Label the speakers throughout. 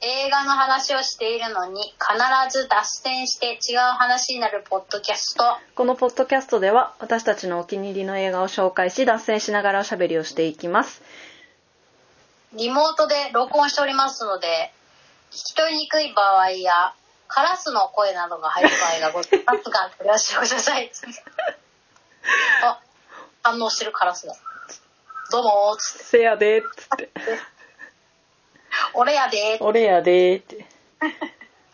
Speaker 1: 映画の話をしているのに必ず脱線して違う話になるポッドキャスト
Speaker 2: このポッドキャストでは私たちのお気に入りの映画を紹介し脱線しながらおしゃべりをしていきます
Speaker 1: リモートで録音しておりますので聞き取りにくい場合やカラスの声などが入る場合がございますがご了承くだ さいあ反応してるカラスだどうもーつって
Speaker 2: せやでーっつって
Speaker 1: 俺やでー
Speaker 2: 俺やでー って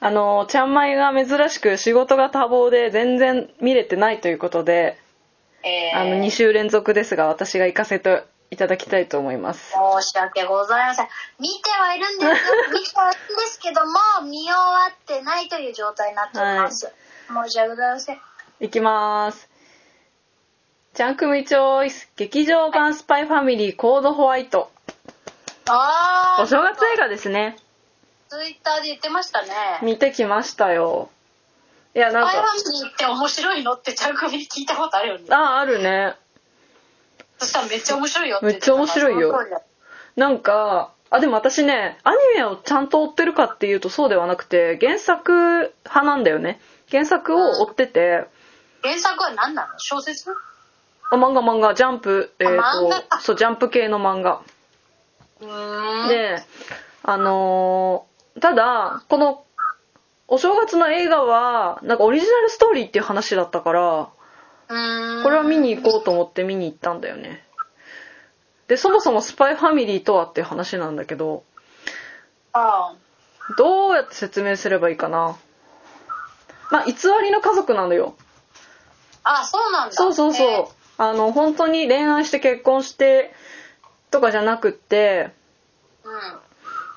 Speaker 2: あのちゃんまいが珍しく仕事が多忙で全然見れてないということで
Speaker 1: えー
Speaker 2: あの2週連続ですが私が行かせていただきたいと思います
Speaker 1: 申し訳ございません。見てはいるんで すよ。見てはいるんですけども、見終わってないという状態になっております。申し訳ございません。
Speaker 2: いきますちゃんくみチョイス劇場版スパイファミリーコードホワイト
Speaker 1: あ
Speaker 2: お
Speaker 1: ー、
Speaker 2: 正月映画ですね
Speaker 1: ツイッターで言ってましたね。
Speaker 2: 見てきましたよいや
Speaker 1: ス
Speaker 2: なん
Speaker 1: パイフ
Speaker 2: か
Speaker 1: ァミリーって面白いのってちゃんくみに聞いたことあるよね。
Speaker 2: ああるね
Speaker 1: そしたらめっちゃ面白いよって言てた
Speaker 2: めっちゃ面白いよ
Speaker 1: その通りだ
Speaker 2: なんかあでも私ねアニメをちゃんと追ってるかっていうとそうではなくて原作派なんだよね原作を追ってて、
Speaker 1: 原作は何なの小説
Speaker 2: あ漫画漫画ジャンプえっ、
Speaker 1: 漫画
Speaker 2: と
Speaker 1: か
Speaker 2: そうジャンプ系の漫画
Speaker 1: うーん。
Speaker 2: であのーただこのお正月の映画はなんかオリジナルストーリーっていう話だったから
Speaker 1: うーん。
Speaker 2: これは見に行こうと思って見に行ったんだよねでそもそも「スパイファミリーとはっていう話なんだけど
Speaker 1: あ
Speaker 2: どうやって説明すればいいかなまあ偽りの家族なのよ
Speaker 1: ーあ、そうなんだ。
Speaker 2: そうそうそう、
Speaker 1: えー
Speaker 2: あの本当に恋愛して結婚してとかじゃなくって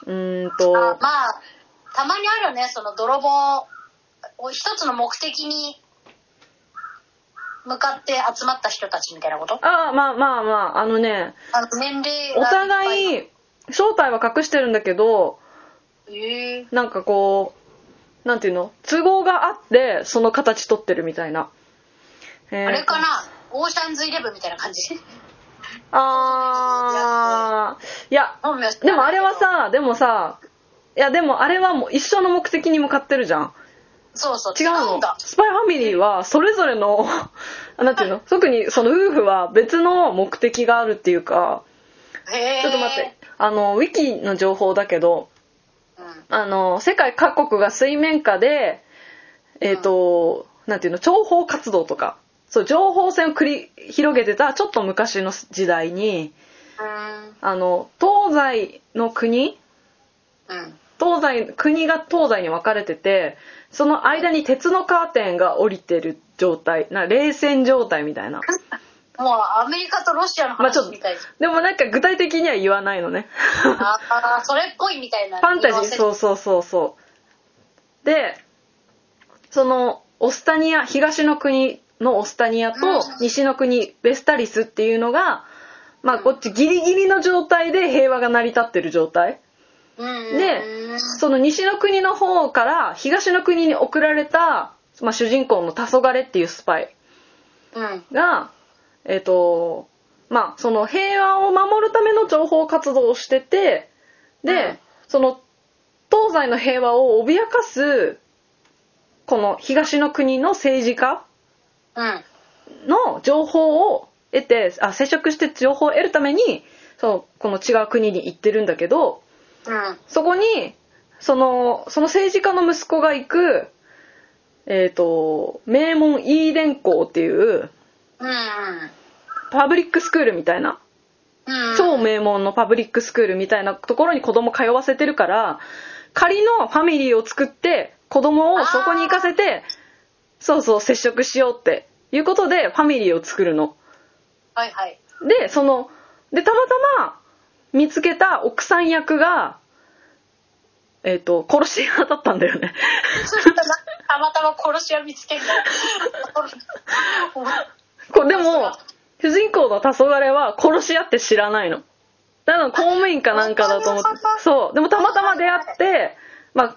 Speaker 1: うん。
Speaker 2: うーん
Speaker 1: あ
Speaker 2: と
Speaker 1: まあたまにあるよねその泥棒を一つの目的に向かって集まった人たちみたいなこと
Speaker 2: あまあまあまああのね
Speaker 1: あの年齢が
Speaker 2: お
Speaker 1: い
Speaker 2: 互
Speaker 1: っ
Speaker 2: い正体は隠してるんだけど
Speaker 1: ぱいへえ
Speaker 2: なんかこうなんていうの都合があってその形取ってるみたいな、えー
Speaker 1: あれかなオーシャンズイレブンみたいな感じ
Speaker 2: あーいや
Speaker 1: 本名知らないけど
Speaker 2: でもあれはさでもさいやでもあれはもう一生の目的に向かってるじゃん
Speaker 1: そうそう
Speaker 2: 違
Speaker 1: 違
Speaker 2: う
Speaker 1: う
Speaker 2: の
Speaker 1: んだ
Speaker 2: スパイファミリーはそれぞれの なんていうの特にその夫婦は別の目的があるっていうか
Speaker 1: へえ
Speaker 2: ちょっと待って、あのウィキの情報だけど
Speaker 1: うん、
Speaker 2: あの世界各国が水面下でえっ、と、なんていうの諜報活動とかそう情報戦を繰り広げてたちょっと昔の時代に
Speaker 1: うん
Speaker 2: あの東西の国
Speaker 1: うん
Speaker 2: 東西国が東西に分かれててその間に鉄のカーテンが降りてる状態な冷戦状態みたいな
Speaker 1: もうアメリカとロシアの
Speaker 2: まあちょっ
Speaker 1: 話
Speaker 2: と
Speaker 1: みたいな、
Speaker 2: でもなんか具体的には言わないのね
Speaker 1: あ、あーそれっぽいみたいな
Speaker 2: ファンタジーそううそうそうそうでそのオスタニア東の国のオスタニアと
Speaker 1: うん
Speaker 2: 西の国ベスタリスっていうのがまあこっちギリギリの状態で平和が成り立ってる状態
Speaker 1: うん
Speaker 2: でその西の国の方から東の国に送られた、まあ、主人公の黄昏っていうスパイ
Speaker 1: うん
Speaker 2: が、えっとまあ、その平和を守るための情報活動をしててで、
Speaker 1: うん
Speaker 2: その東西の平和を脅かすこの東の国の政治家
Speaker 1: うん
Speaker 2: の情報を得てあ接触して情報を得るためにそのこの違う国に行ってるんだけど
Speaker 1: うん
Speaker 2: そこにそのその政治家の息子が行く、えっと名門イーデン校っていう
Speaker 1: うん
Speaker 2: パブリックスクールみたいな
Speaker 1: うん
Speaker 2: 超名門のパブリックスクールみたいなところに子供通わせてるから仮のファミリーを作って子供をそこに行かせてそうそう接触しようっていうことでファミリーを作るの。
Speaker 1: はいはい
Speaker 2: でそのでたまたま見つけた奥さん役が、えっと殺し屋だったんだよね。
Speaker 1: たまたま殺し屋見つ けた。
Speaker 2: これでも主人公の黄昏は殺し屋って知らないのだから公務員かなんかだと思ってそうでもたまたま出会ってまあ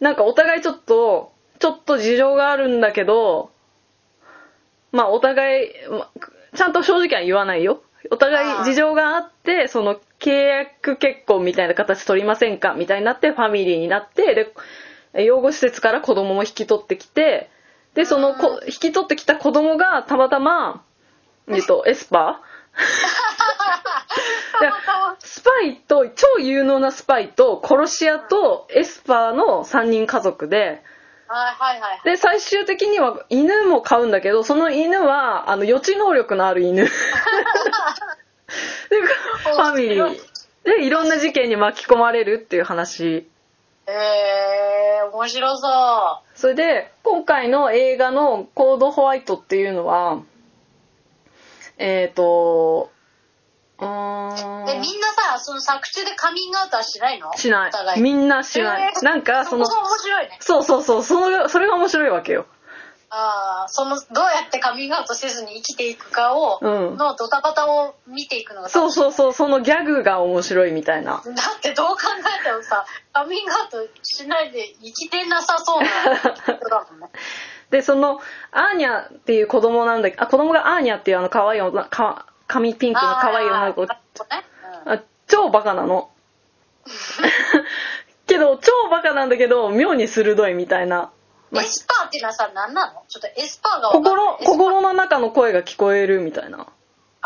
Speaker 2: なんかお互いちょっとちょっと事情があるんだけどまあお互いまちゃんと正直は言わないよお互い事情があってその契約結婚みたいな形取りませんかみたいになってファミリーになってで養護施設から子供も引き取ってきてでその子
Speaker 1: う
Speaker 2: 引き取ってきた子供がたまたま、えっと、エスパー
Speaker 1: たまたま
Speaker 2: スパイと超有能なスパイと殺し屋とエスパーの3人家族で
Speaker 1: はいはいはいはい
Speaker 2: で最終的には犬も飼うんだけどその犬はあの予知能力のある 犬でファミリーでいろんな事件に巻き込まれるっていう話
Speaker 1: えー、面白そう
Speaker 2: それで今回の映画の「コード・ホワイト」っていうのはえっ、ー、とうーん
Speaker 1: でみんなさその作中でカミングアウトはしないの
Speaker 2: しな
Speaker 1: お互
Speaker 2: いみんなし
Speaker 1: え
Speaker 2: ない
Speaker 1: ー
Speaker 2: なんか
Speaker 1: そ
Speaker 2: そ
Speaker 1: も
Speaker 2: の
Speaker 1: そも面白いね
Speaker 2: そうそうそうそのそれが面白いわけよ
Speaker 1: ああそのどうやってカミングアウトせずに生きていくかを、
Speaker 2: うん
Speaker 1: のドタバタを見ていくのが
Speaker 2: そう
Speaker 1: う
Speaker 2: そうそうそのギャグが面白いみたいな
Speaker 1: だってどう考えてもさカミングアウトしないで生きてなさそうな人だもんね
Speaker 2: でそのアーニャっていう子供なんだけどあ子供がアーニャっていうあの可愛い女か髪 ピンクの可愛い女の子
Speaker 1: あーねうん
Speaker 2: あ超バカなの けど超バカなんだけど妙に鋭いみたいな、まあ
Speaker 1: エスパーっていうのはさ何なのちょっとエスパーが分かんない
Speaker 2: 心心の中の声が聞こえるみたいな
Speaker 1: あ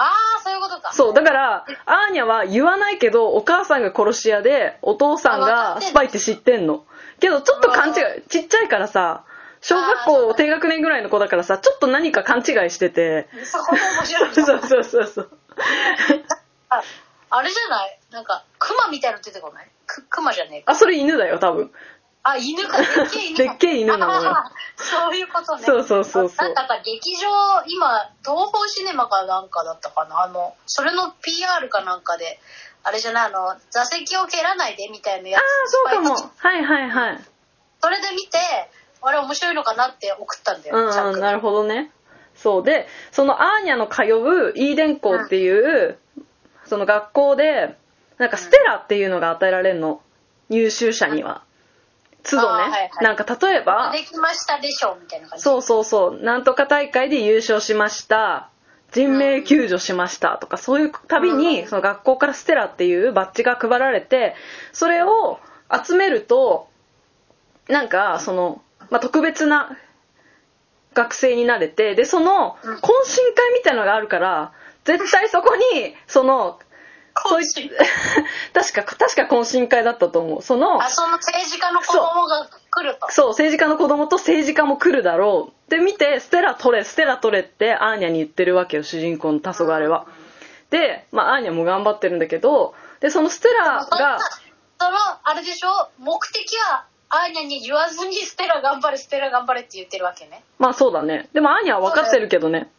Speaker 1: あそういうことか
Speaker 2: そうだからアーニャは言わないけどお母さんが殺し屋でお父さんがスパイって知ってんのけどちょっと勘違いちっちゃいからさ小学
Speaker 1: あーそう
Speaker 2: 校
Speaker 1: だ
Speaker 2: 低学年ぐらいの子だからさちょっと何か勘違いしてて
Speaker 1: そこも面白い
Speaker 2: そうそうそうそう
Speaker 1: ああれじゃないなんかクマみたいの出てこないククマじゃねえか
Speaker 2: あそれ犬だよ多分
Speaker 1: あ犬かでっけえ犬か
Speaker 2: でっけえ犬なのよ
Speaker 1: あーそういうことね
Speaker 2: そうそうそうそう
Speaker 1: あなんだか劇場今東宝シネマかなんかだったかなあのそれの PR かなんかであれじゃないあの座席を蹴らないでみたいなや
Speaker 2: ああ
Speaker 1: つ
Speaker 2: そうかも
Speaker 1: スパイたち
Speaker 2: はいはいはい
Speaker 1: それで見てあれ面白いのかなって送ったんだよチャ
Speaker 2: う
Speaker 1: ッ
Speaker 2: んう
Speaker 1: ク
Speaker 2: んなるほどねそうでそのアーニャの通うイーデン校っていう、その学校でなんかステラっていうのが与えられるの優秀者には都度ね、
Speaker 1: あーはいはい
Speaker 2: なんか例えば
Speaker 1: できましたでしょみたいな感じ
Speaker 2: そうそうそうなんとか大会で優勝しました人命救助しましたとかそういうたびに、
Speaker 1: うん
Speaker 2: その学校からステラっていうバッジが配られてそれを集めるとなんかその、まあ、特別な学生になれてでその懇
Speaker 1: うん
Speaker 2: 親会みたいのがあるから絶対そこにそのそうい 確か確か懇親会だったと思うその
Speaker 1: あその政治家の子供が来ると
Speaker 2: そう、政治家の子供と政治家も来るだろう。で、見て、ステラ取れ、ステラ取れってアーニャに言ってるわけよ、主人公の黄昏は。で、まあ、アーニャも頑張ってるんだけど、で、そのステラ
Speaker 1: それは
Speaker 2: が、
Speaker 1: そのあれでしょ目的はアーニャに言わずにステラ頑張れステラ頑張れって言ってるわけね
Speaker 2: まあそうだね。でもアーニャは分かってるけどね。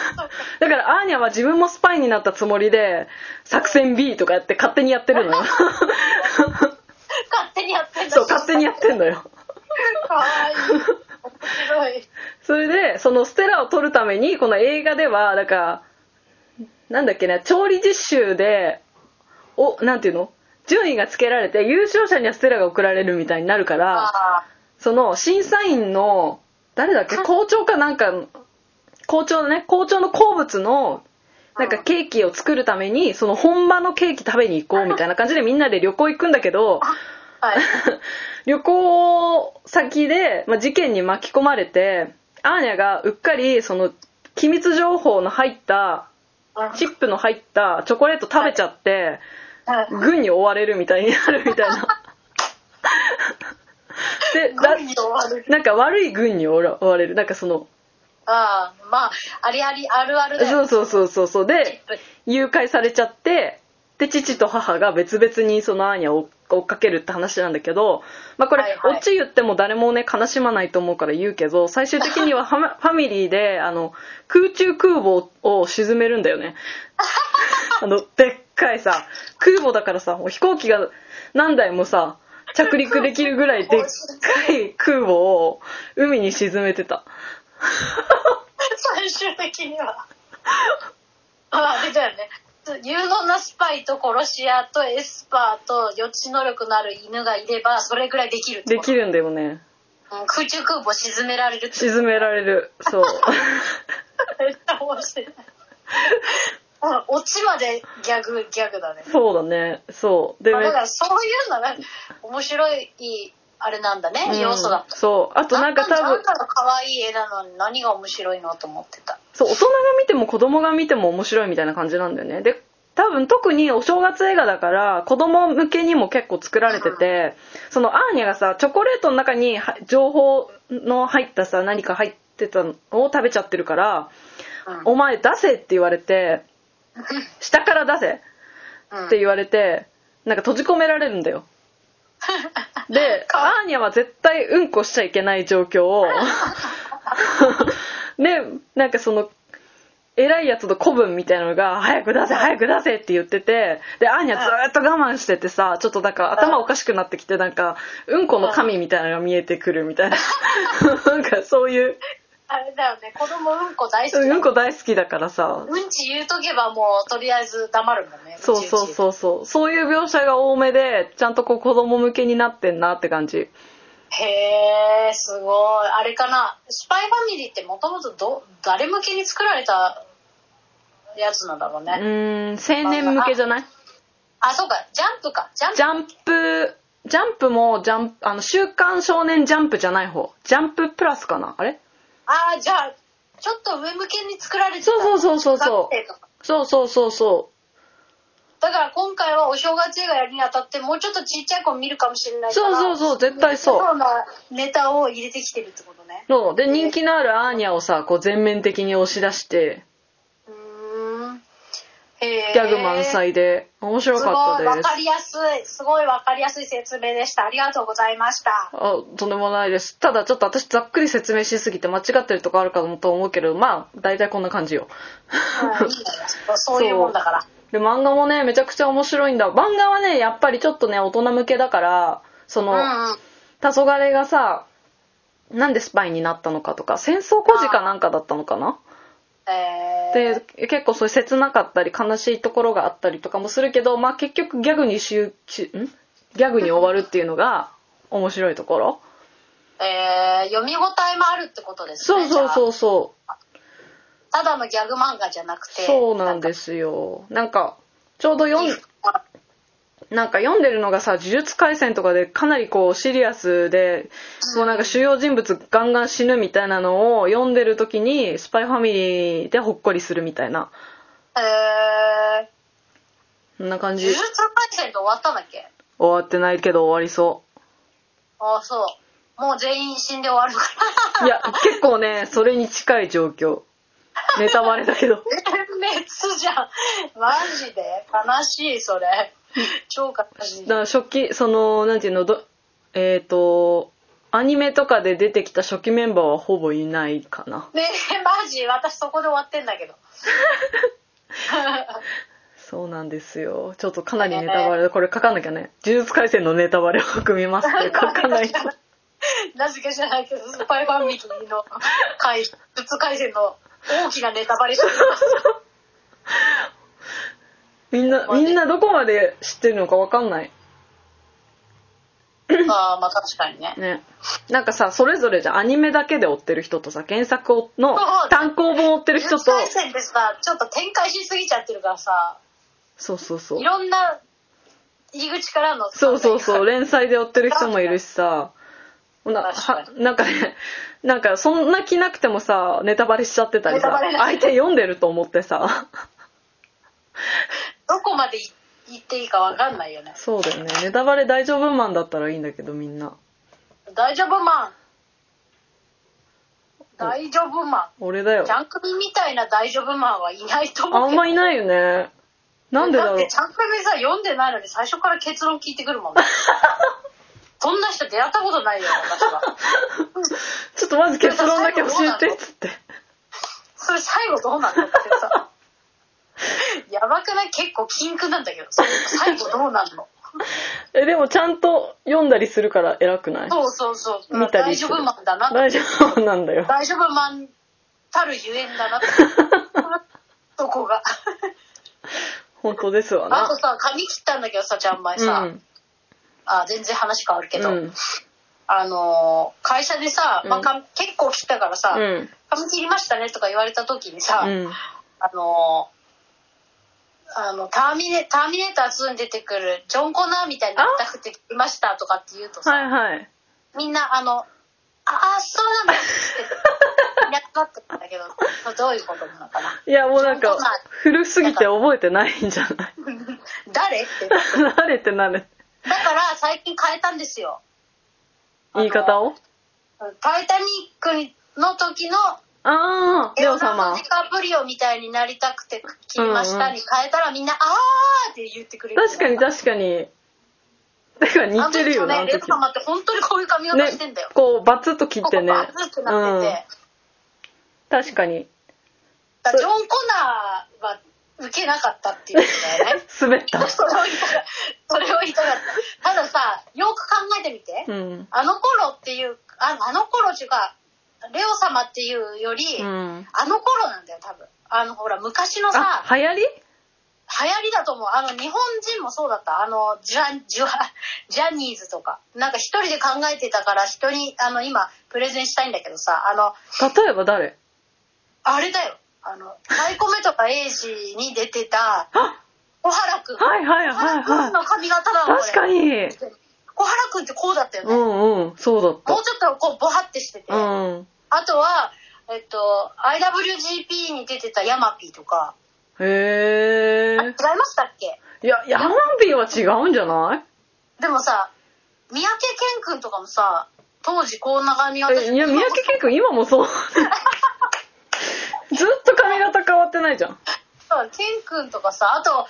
Speaker 2: だからアーニャは自分もスパイになったつもりで、作戦 B とかやって勝手にやってるのよ。
Speaker 1: 勝手にやってんだ
Speaker 2: そう、勝手にやってんのよ。
Speaker 1: かわいい面白い
Speaker 2: それでそのステラを撮るためにこの映画ではだからなんだっけな調理実習でおなんていうの順位がつけられて優勝者にはステラが送られるみたいになるから
Speaker 1: あ
Speaker 2: その審査員の誰だっけ校長かなんか校長のね校長の好物のなんかケーキを作るためにその本場のケーキ食べに行こうみたいな感じでみんなで旅行行くんだけど
Speaker 1: ーはい
Speaker 2: 旅行先で、まあ、事件に巻き込まれてアーニャがうっかりその機密情報の入ったチップの入ったチョコレート食べちゃって 軍に追われるみたいになるみたいな。でだ
Speaker 1: 軍に終わる
Speaker 2: なんか悪い軍に追わ追われるなんかその
Speaker 1: ああまあありありあるあるだ
Speaker 2: そ
Speaker 1: よ
Speaker 2: うそうそうそうそうで
Speaker 1: チップ
Speaker 2: 誘拐されちゃってで父と母が別々にそのアーニャを追っかけるって話なんだけど、まあ、これ、
Speaker 1: はいはい
Speaker 2: オチ言っても誰もね悲しまないと思うから言うけど最終的にはファマファミ リーであの空中空母を沈めるんだ よねあのでっかいさ空母だからさもう飛行機が何台もさ着陸できるぐら いでっかい空母を海に沈めてた
Speaker 1: 最終的にはああれだよね有能なスパイと殺し屋とエスパーと予知能力のある犬がいればそれぐらいできるって
Speaker 2: で
Speaker 1: こと
Speaker 2: きるんだよね
Speaker 1: うん空中空母沈められるって
Speaker 2: 沈められるそう
Speaker 1: めっちゃ面白いうんオチまでギャグギャグだね
Speaker 2: そうだねそうで
Speaker 1: まあだからそういうのが面白いあれなんだね、
Speaker 2: うん
Speaker 1: 要素だ
Speaker 2: そうあとなんか多分
Speaker 1: なんかの可愛い絵なのに何が面白いのと思ってた
Speaker 2: そう大人が見ても子供が見ても面白いみたいな感じなんだよねで多分特にお正月映画だから子供向けにも結構作られててそのアーニャがさチョコレートの中には情報の入ったさ何か入ってたのを食べちゃってるから
Speaker 1: うん
Speaker 2: 「お前出せ」って言われて「下から出せ」
Speaker 1: うん
Speaker 2: って言われてなんか閉じ込められるんだよで
Speaker 1: か
Speaker 2: アーニャは絶対うんこしちゃいけない状況をでなんかその偉いやつの子分みたいなのが「早く出せ早く出せ」って言っててでアーニャずーっと我慢しててさちょっとなんか頭おかしくなってきてなんかうんこの神みたいなのが見えてくるみたいななんかそういう
Speaker 1: あれだよね子供うんこ大好きだ
Speaker 2: うんこ大好きだからさ
Speaker 1: うんち言うとけばもうとりあえず黙るもんね
Speaker 2: そうそう
Speaker 1: う
Speaker 2: そうそうそういう描写が多めでちゃんとこう子供向けになってんなって感じ
Speaker 1: ちへえすごいあれかなスパイファミリーってもともとど誰向けに作られたやつなんだろうね
Speaker 2: う、ーん青年向けじゃない
Speaker 1: あそうかジャンプかジャンプ
Speaker 2: ジャンプジャンプもジャンプあの「週刊少年ジャンプ」じゃない方ジャンププラスかなあれ
Speaker 1: ああじゃあちょっと上向けに作られてた
Speaker 2: そうそうそうそうそう
Speaker 1: 学生とか
Speaker 2: そうそうそうそ
Speaker 1: だから今回はお正月映画やるにあたってもうちょっとちっちゃい子見るかもしれな
Speaker 2: う
Speaker 1: いか
Speaker 2: そう
Speaker 1: ら
Speaker 2: そうそう絶対そう
Speaker 1: そうなネタを入れてきてるってことね
Speaker 2: そうで人気のあるアーニャをさこう全面的に押し出して
Speaker 1: うーんへえ
Speaker 2: ギャグ満載で面白
Speaker 1: すごい
Speaker 2: かった
Speaker 1: わ
Speaker 2: で
Speaker 1: か
Speaker 2: す
Speaker 1: りやすいすごいわかりやすい説明でしたありがとうございました
Speaker 2: あとんでもないですただちょっと私ざっくり説明しすぎて間違ってるとこあるかもと思うけどまあ大体こんな感じよ
Speaker 1: うんいいんだよそうそういうもんだから
Speaker 2: で漫画もねめちゃくちゃ面白いんだ漫画はねやっぱりちょっとね大人向けだからその、
Speaker 1: うんうん
Speaker 2: 黄昏がさなんでスパイになったのかとか戦争孤児かなんかだったのかな
Speaker 1: えー、
Speaker 2: で結構そういう切なかったり悲しいところがあったりとかもするけど、まあ、結局ギャグに集中んギャグに終わるっていうのが面白いと ころ
Speaker 1: えー読み応えもあるってことです
Speaker 2: そ
Speaker 1: ね
Speaker 2: うそう
Speaker 1: じゃ
Speaker 2: そうそう
Speaker 1: あただのギャグ漫画じゃなくて
Speaker 2: そうなんですすよなんかちょうど読んなんか読んでるのがさ「呪術廻戦」とかでかなりこうシリアスでこうなんか主要人物ガンガン死ぬみたいなのを読んでる時に「スパイファミリー」でほっこりするみたいな
Speaker 1: えー、
Speaker 2: そんな感じ
Speaker 1: 呪
Speaker 2: 終
Speaker 1: 術廻戦って終わったんだっけ
Speaker 2: わってないけど終わりそ
Speaker 1: ああそうもう全員死んで終わるか
Speaker 2: ういや結構ねそれに近い状況ネタバレだけど
Speaker 1: ら全滅じゃんマジで悲しいそ れ超悲しい
Speaker 2: だから初期そのなんていうのどえっ、とアニメとかで出てきた初期メンバーはほぼいないかな
Speaker 1: ねえマジ私そこで終わってんだけど
Speaker 2: そうなんですよちょっとかなりネタバレだこれ書かなきゃね「呪術廻戦」のネタバレを含みま すって書かないと
Speaker 1: なぜか知らないけどスパイファミリーの回術廻戦の大きなネタバレ してます
Speaker 2: みんなみんなどこまで知ってるのかわかんない
Speaker 1: あーまあ確かにね
Speaker 2: ね、なんかさそれぞれじゃんアニメだけで追ってる人とさ原作をの
Speaker 1: そう
Speaker 2: 単行本を追ってる
Speaker 1: 呪
Speaker 2: 人
Speaker 1: 術
Speaker 2: と
Speaker 1: 廻戦ってさちょっと展開しすぎちゃってるからさ
Speaker 2: そうそうそう
Speaker 1: いろんな入り口からの
Speaker 2: そうそうそう連載で追ってる人もいるしさな
Speaker 1: 確か
Speaker 2: はなんかねなんかそんな気なくてもさネタバレしちゃってたり
Speaker 1: ネタ
Speaker 2: さ
Speaker 1: バレだ
Speaker 2: 相手読んでると思ってさ
Speaker 1: どこまでい行っていいかわかんないよね
Speaker 2: そうだよねネタバレ大丈夫マンだったらいいんだけどみんな
Speaker 1: 大丈夫マン大丈夫マ
Speaker 2: 俺だ
Speaker 1: ン
Speaker 2: よ
Speaker 1: ちゃんくみみたいな大丈夫マンはいないと思う
Speaker 2: あんまいないよねなんでだろ
Speaker 1: っ
Speaker 2: う
Speaker 1: てちゃんくみさ読んでないのに最初から結論聞いてくる もんねそんな人出会ったことないよ私は
Speaker 2: ちょっとまず結論だけ教えてっつって
Speaker 1: それ最後どうなんだってさやばくない結構禁句なんだけどそれ最後どうなんの
Speaker 2: えでもちゃんと読んだりするから偉くない
Speaker 1: そうそうそう、
Speaker 2: 見たり
Speaker 1: 大
Speaker 2: す
Speaker 1: 丈
Speaker 2: る
Speaker 1: 夫マンだな
Speaker 2: 大丈夫なん だよ
Speaker 1: 大丈夫マンたるゆえんだな ってどこが
Speaker 2: 本当ですわ
Speaker 1: あ
Speaker 2: な
Speaker 1: とさ髪切ったんだけどさちゃんまいさ、
Speaker 2: うん
Speaker 1: あ全然話変わるけど、
Speaker 2: うん
Speaker 1: あのー会社でさ、まあ
Speaker 2: うん
Speaker 1: か結構切ったからさ、
Speaker 2: うん
Speaker 1: 髪切りましたね」とか言われた時にさ、
Speaker 2: うん
Speaker 1: あのーあの、ターミネ、ターミネーター2に出てくる、ジョン・コナーみたいなスタッフって来ましたとかって言うとさ、
Speaker 2: はいはい
Speaker 1: みんな、あの、ああ、そうなんだって、やっかってたんだけど、 どういうことなのかな。
Speaker 2: いやもうな
Speaker 1: そ
Speaker 2: んか
Speaker 1: んな
Speaker 2: 古すぎて覚えてないんじゃ ない
Speaker 1: 誰って。だ
Speaker 2: 慣れて慣れて
Speaker 1: から、最近変えたんですよ。
Speaker 2: 言い方を
Speaker 1: タイタニックの時の、
Speaker 2: ああレオ様
Speaker 1: ディカプリオみたいになりたくて切りまし
Speaker 2: う
Speaker 1: た
Speaker 2: んうん
Speaker 1: に変えたらみんな、あーって言ってくれる。
Speaker 2: 確かに確かにだから似てるよな
Speaker 1: あ
Speaker 2: あ
Speaker 1: の
Speaker 2: の
Speaker 1: 人ね、レ
Speaker 2: 時
Speaker 1: オ様って本当にこういう髪型してんだよ。
Speaker 2: こうバツッと切ってね
Speaker 1: ここバズってなってて。
Speaker 2: うん、確かに。
Speaker 1: だからジョン・コナーは受けなかったっていうんだよね
Speaker 2: 滑った
Speaker 1: それを言いたかった。それを言いたかった。たださ、よく考えてみて。
Speaker 2: うん
Speaker 1: あの頃っていう、ああの頃っていうか、レオ様っていうより、
Speaker 2: うん
Speaker 1: あの頃なんだよ、多分。あの、ほら、昔のさ
Speaker 2: あ、流行り
Speaker 1: 流行りだと思う。あの、日本人もそうだった。あの、ジャ、ジュ ア、ジャニーズとか。なんか一人で考えてたから、人に、あの、今、プレゼンしたいんだけどさ、あの、
Speaker 2: 例えば誰
Speaker 1: あれだよ。あの、太鼓目とかエイジに出てた、
Speaker 2: あ
Speaker 1: 小原くん。
Speaker 2: はいはい
Speaker 1: 小
Speaker 2: はい
Speaker 1: 原く
Speaker 2: は
Speaker 1: んの
Speaker 2: い
Speaker 1: 髪型だわ、
Speaker 2: 確か
Speaker 1: に。
Speaker 2: に
Speaker 1: 小原くんってこうだったよ
Speaker 2: う
Speaker 1: ね。もうん
Speaker 2: うんそうだった
Speaker 1: ちょっとこう、ボハってしてて。
Speaker 2: うん
Speaker 1: あとは、えっと、IWGP に出てたヤマピーとか、
Speaker 2: へえ
Speaker 1: あ違いましたっけ
Speaker 2: いやヤマピーは違うんじゃない
Speaker 1: でもさ、三宅健くんとかもさ、当時こんな髪型
Speaker 2: えいや三宅健君今も そうずっと髪型変わってないじゃん
Speaker 1: 健くんとかさ、あと、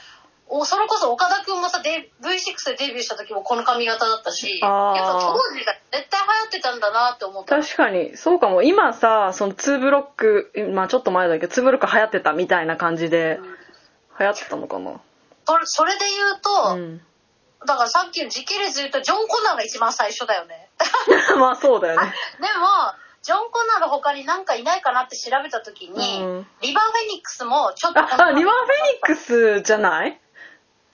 Speaker 1: おそれこそ岡田くんもさ、デ V6 でデビューした時もこの髪型だったし、やっ
Speaker 2: あー
Speaker 1: ぱ当時が絶対流行ってたんだなって思った。
Speaker 2: 確かにそうかも今さその2ブロックまあちょっと前だけど2ブロック流行ってたみたいな感じで
Speaker 1: うん
Speaker 2: 流行ってたのかな
Speaker 1: それそれで言うと、
Speaker 2: うん、
Speaker 1: だからさっきの時系列で言うと、ジョン・コナーが一番最初だよ ね。
Speaker 2: まあそうだよね
Speaker 1: でも、ジョン・コナーの他になんかいないかなって調べた時に、
Speaker 2: うん
Speaker 1: リバー・フェニックスもちょっと
Speaker 2: あ
Speaker 1: この
Speaker 2: あリバー・フェニックスじゃない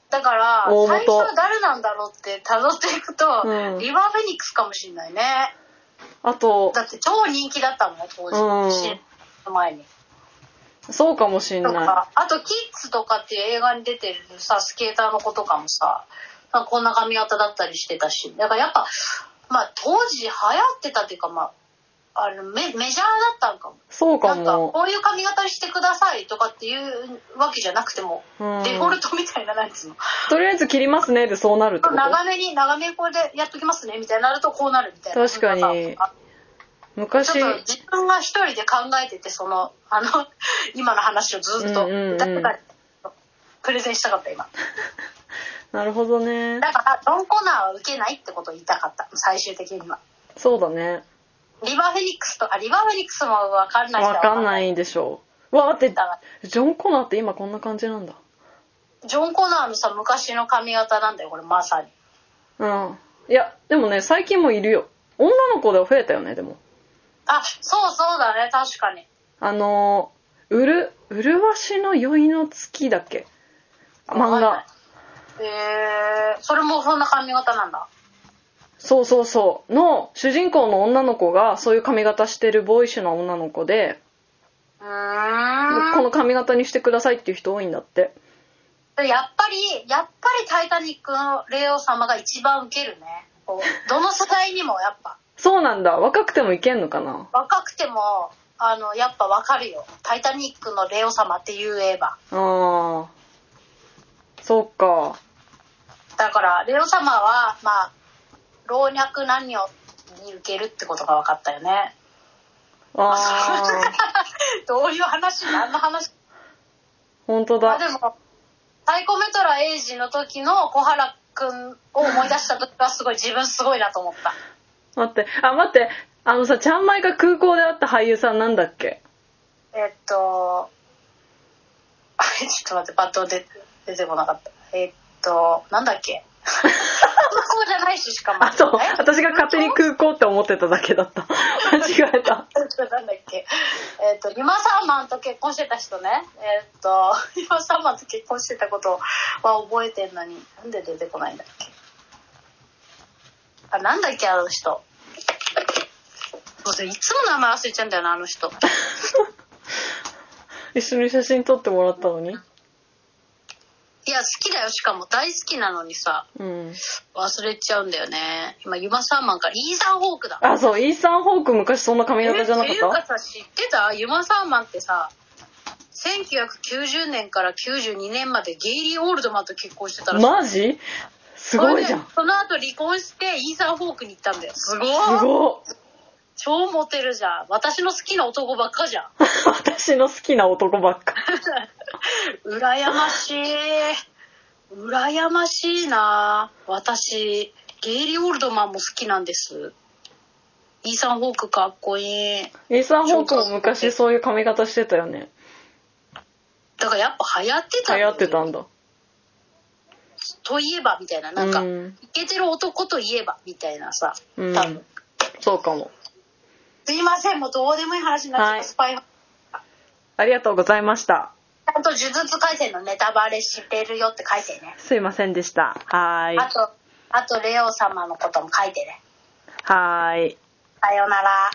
Speaker 1: だから
Speaker 2: 大元
Speaker 1: 最初は誰なんだろうって辿っていくと、
Speaker 2: うん
Speaker 1: リバー・フェニックスかもしんないね
Speaker 2: あと
Speaker 1: だって超人気だったもん当時、
Speaker 2: うん
Speaker 1: 知る前に
Speaker 2: そうかもしん
Speaker 1: と
Speaker 2: な
Speaker 1: かあと「キッズ」とかっていう映画に出てるさスケーターの子とかもさなんかこんな髪型だったりしてたしだからやっぱまあ当時流行ってたっていうかまああのメメジャーだったんかも
Speaker 2: いそうか
Speaker 1: なんか
Speaker 2: も
Speaker 1: こういう髪型にしてくださいとかっていうわけじゃなくても、
Speaker 2: うん
Speaker 1: デフォルトみたいななんつうの
Speaker 2: とりあえず切りますねでそうなるってこと
Speaker 1: 長めに長めにこれでやっときますねみたいになるとこうなるみたいな
Speaker 2: 確かに
Speaker 1: あ
Speaker 2: 昔
Speaker 1: ちょっと自分が一人で考えててその あの今の話をずっと
Speaker 2: うんうんうん
Speaker 1: 誰かにプレゼンしたかった今
Speaker 2: なるほどね
Speaker 1: だからドンコーナーは受けないってことを言いたかった最終的には
Speaker 2: そうだね
Speaker 1: リバーフェニックスとかリバーフェニックスも分かんない人は
Speaker 2: わかん
Speaker 1: い
Speaker 2: ないでしょうわだって
Speaker 1: だか
Speaker 2: ジョン・コナーって今こんな感じなんだ
Speaker 1: らジョン・コナーのさ昔の髪型なんだよこれまさに
Speaker 2: うんいやでもね最近もいるよ女の子で増えたよねでも
Speaker 1: あそうそうだね確かに
Speaker 2: あのー、うる、うるわしの酔いの月だっけ漫
Speaker 1: は
Speaker 2: 画。
Speaker 1: いえー、それもそんな髪型なんだ
Speaker 2: そうそうそう。の、主人公の女の子が、そういう髪型してるボーイッシュな女の子で、
Speaker 1: うーん
Speaker 2: この髪型にしてくださいっていう人多いんだって。
Speaker 1: やっぱり、やっぱりタイタニックのレオ様が一番ウケるね。こ うどの世代にもやっぱ、
Speaker 2: そうなんだ。若くてもいけんのかな
Speaker 1: 若くても、あの、やっぱわかるよ。タイタニックのレオ様って言えば。
Speaker 2: あー。そうか。
Speaker 1: だから、レオ様は、まあ、老若男女に受けるってことが分かったよね。
Speaker 2: あ ー。
Speaker 1: どういう話何の話
Speaker 2: ほんと
Speaker 1: まあで
Speaker 2: だ。
Speaker 1: も、太鼓メトラエイジの時の小原くんを思い出した時はすごい、自分すごいなと思った。
Speaker 2: 待って、あ、待って。あのさ、ちゃんまいが空港で会った俳優さんなんだっけ
Speaker 1: えっと、 あれちょっと待って、パッと出て出てこなかった。えっと、なんだっけ空港じゃないし、しかも。
Speaker 2: あ、そう。
Speaker 1: え
Speaker 2: 私が勝手に空港って思ってただけ だった。間違えた。
Speaker 1: なんだっけえっと、リマサーマンと結婚してた人ね。えっと、 リマサーマンと結婚してたことは覚えてんのに、なんで出てこないんだっけあ、なんだっけ、あの人。もうそれいつも名前忘れちゃうんだよな、あの人。
Speaker 2: 一緒に写真撮ってもらったのに
Speaker 1: や好きだよしかも大好きなのにさ
Speaker 2: うん。
Speaker 1: 忘れちゃうんだよね今ユマサーマンからイーサン・ホークだ
Speaker 2: あ、そう、イーサン・ホーク昔そんな髪型じゃなか
Speaker 1: えっていう
Speaker 2: っ
Speaker 1: かさ知ってたユマサーマンってさ1990年から92年までゲイリー・オールドマンと結婚してた
Speaker 2: た
Speaker 1: らしい
Speaker 2: マジすごいじゃん。
Speaker 1: それでその後離婚してイーサン・ホークに行ったんだよすごい
Speaker 2: すごっ
Speaker 1: 超モテるじゃん私の好きな男ばっかじゃん
Speaker 2: 私の好きな男ばっか。
Speaker 1: 羨ましい羨ましいな私ゲイリー・オールドマンも好きなんですイーサン・ホークかっこいい
Speaker 2: イーサン・ホークも昔そういう髪型してたよね。
Speaker 1: だからやっぱ流行ってたんだ
Speaker 2: 流
Speaker 1: よ
Speaker 2: 行ってたんだ。
Speaker 1: といえばみたいななんか、
Speaker 2: うん
Speaker 1: イケてる男といえばみたいなさ、
Speaker 2: うん
Speaker 1: 多分
Speaker 2: そうかも。
Speaker 1: すいませんもうどうでもいい話になっちゃった、
Speaker 2: はい
Speaker 1: スパイファミ
Speaker 2: ありがとうございました。
Speaker 1: リーちゃんと呪術廻戦のネタバレしてるよって書いてね、
Speaker 2: すいませんでした。はーい
Speaker 1: あ。とあとレオ様のことも書いてね
Speaker 2: はーい。
Speaker 1: さようなら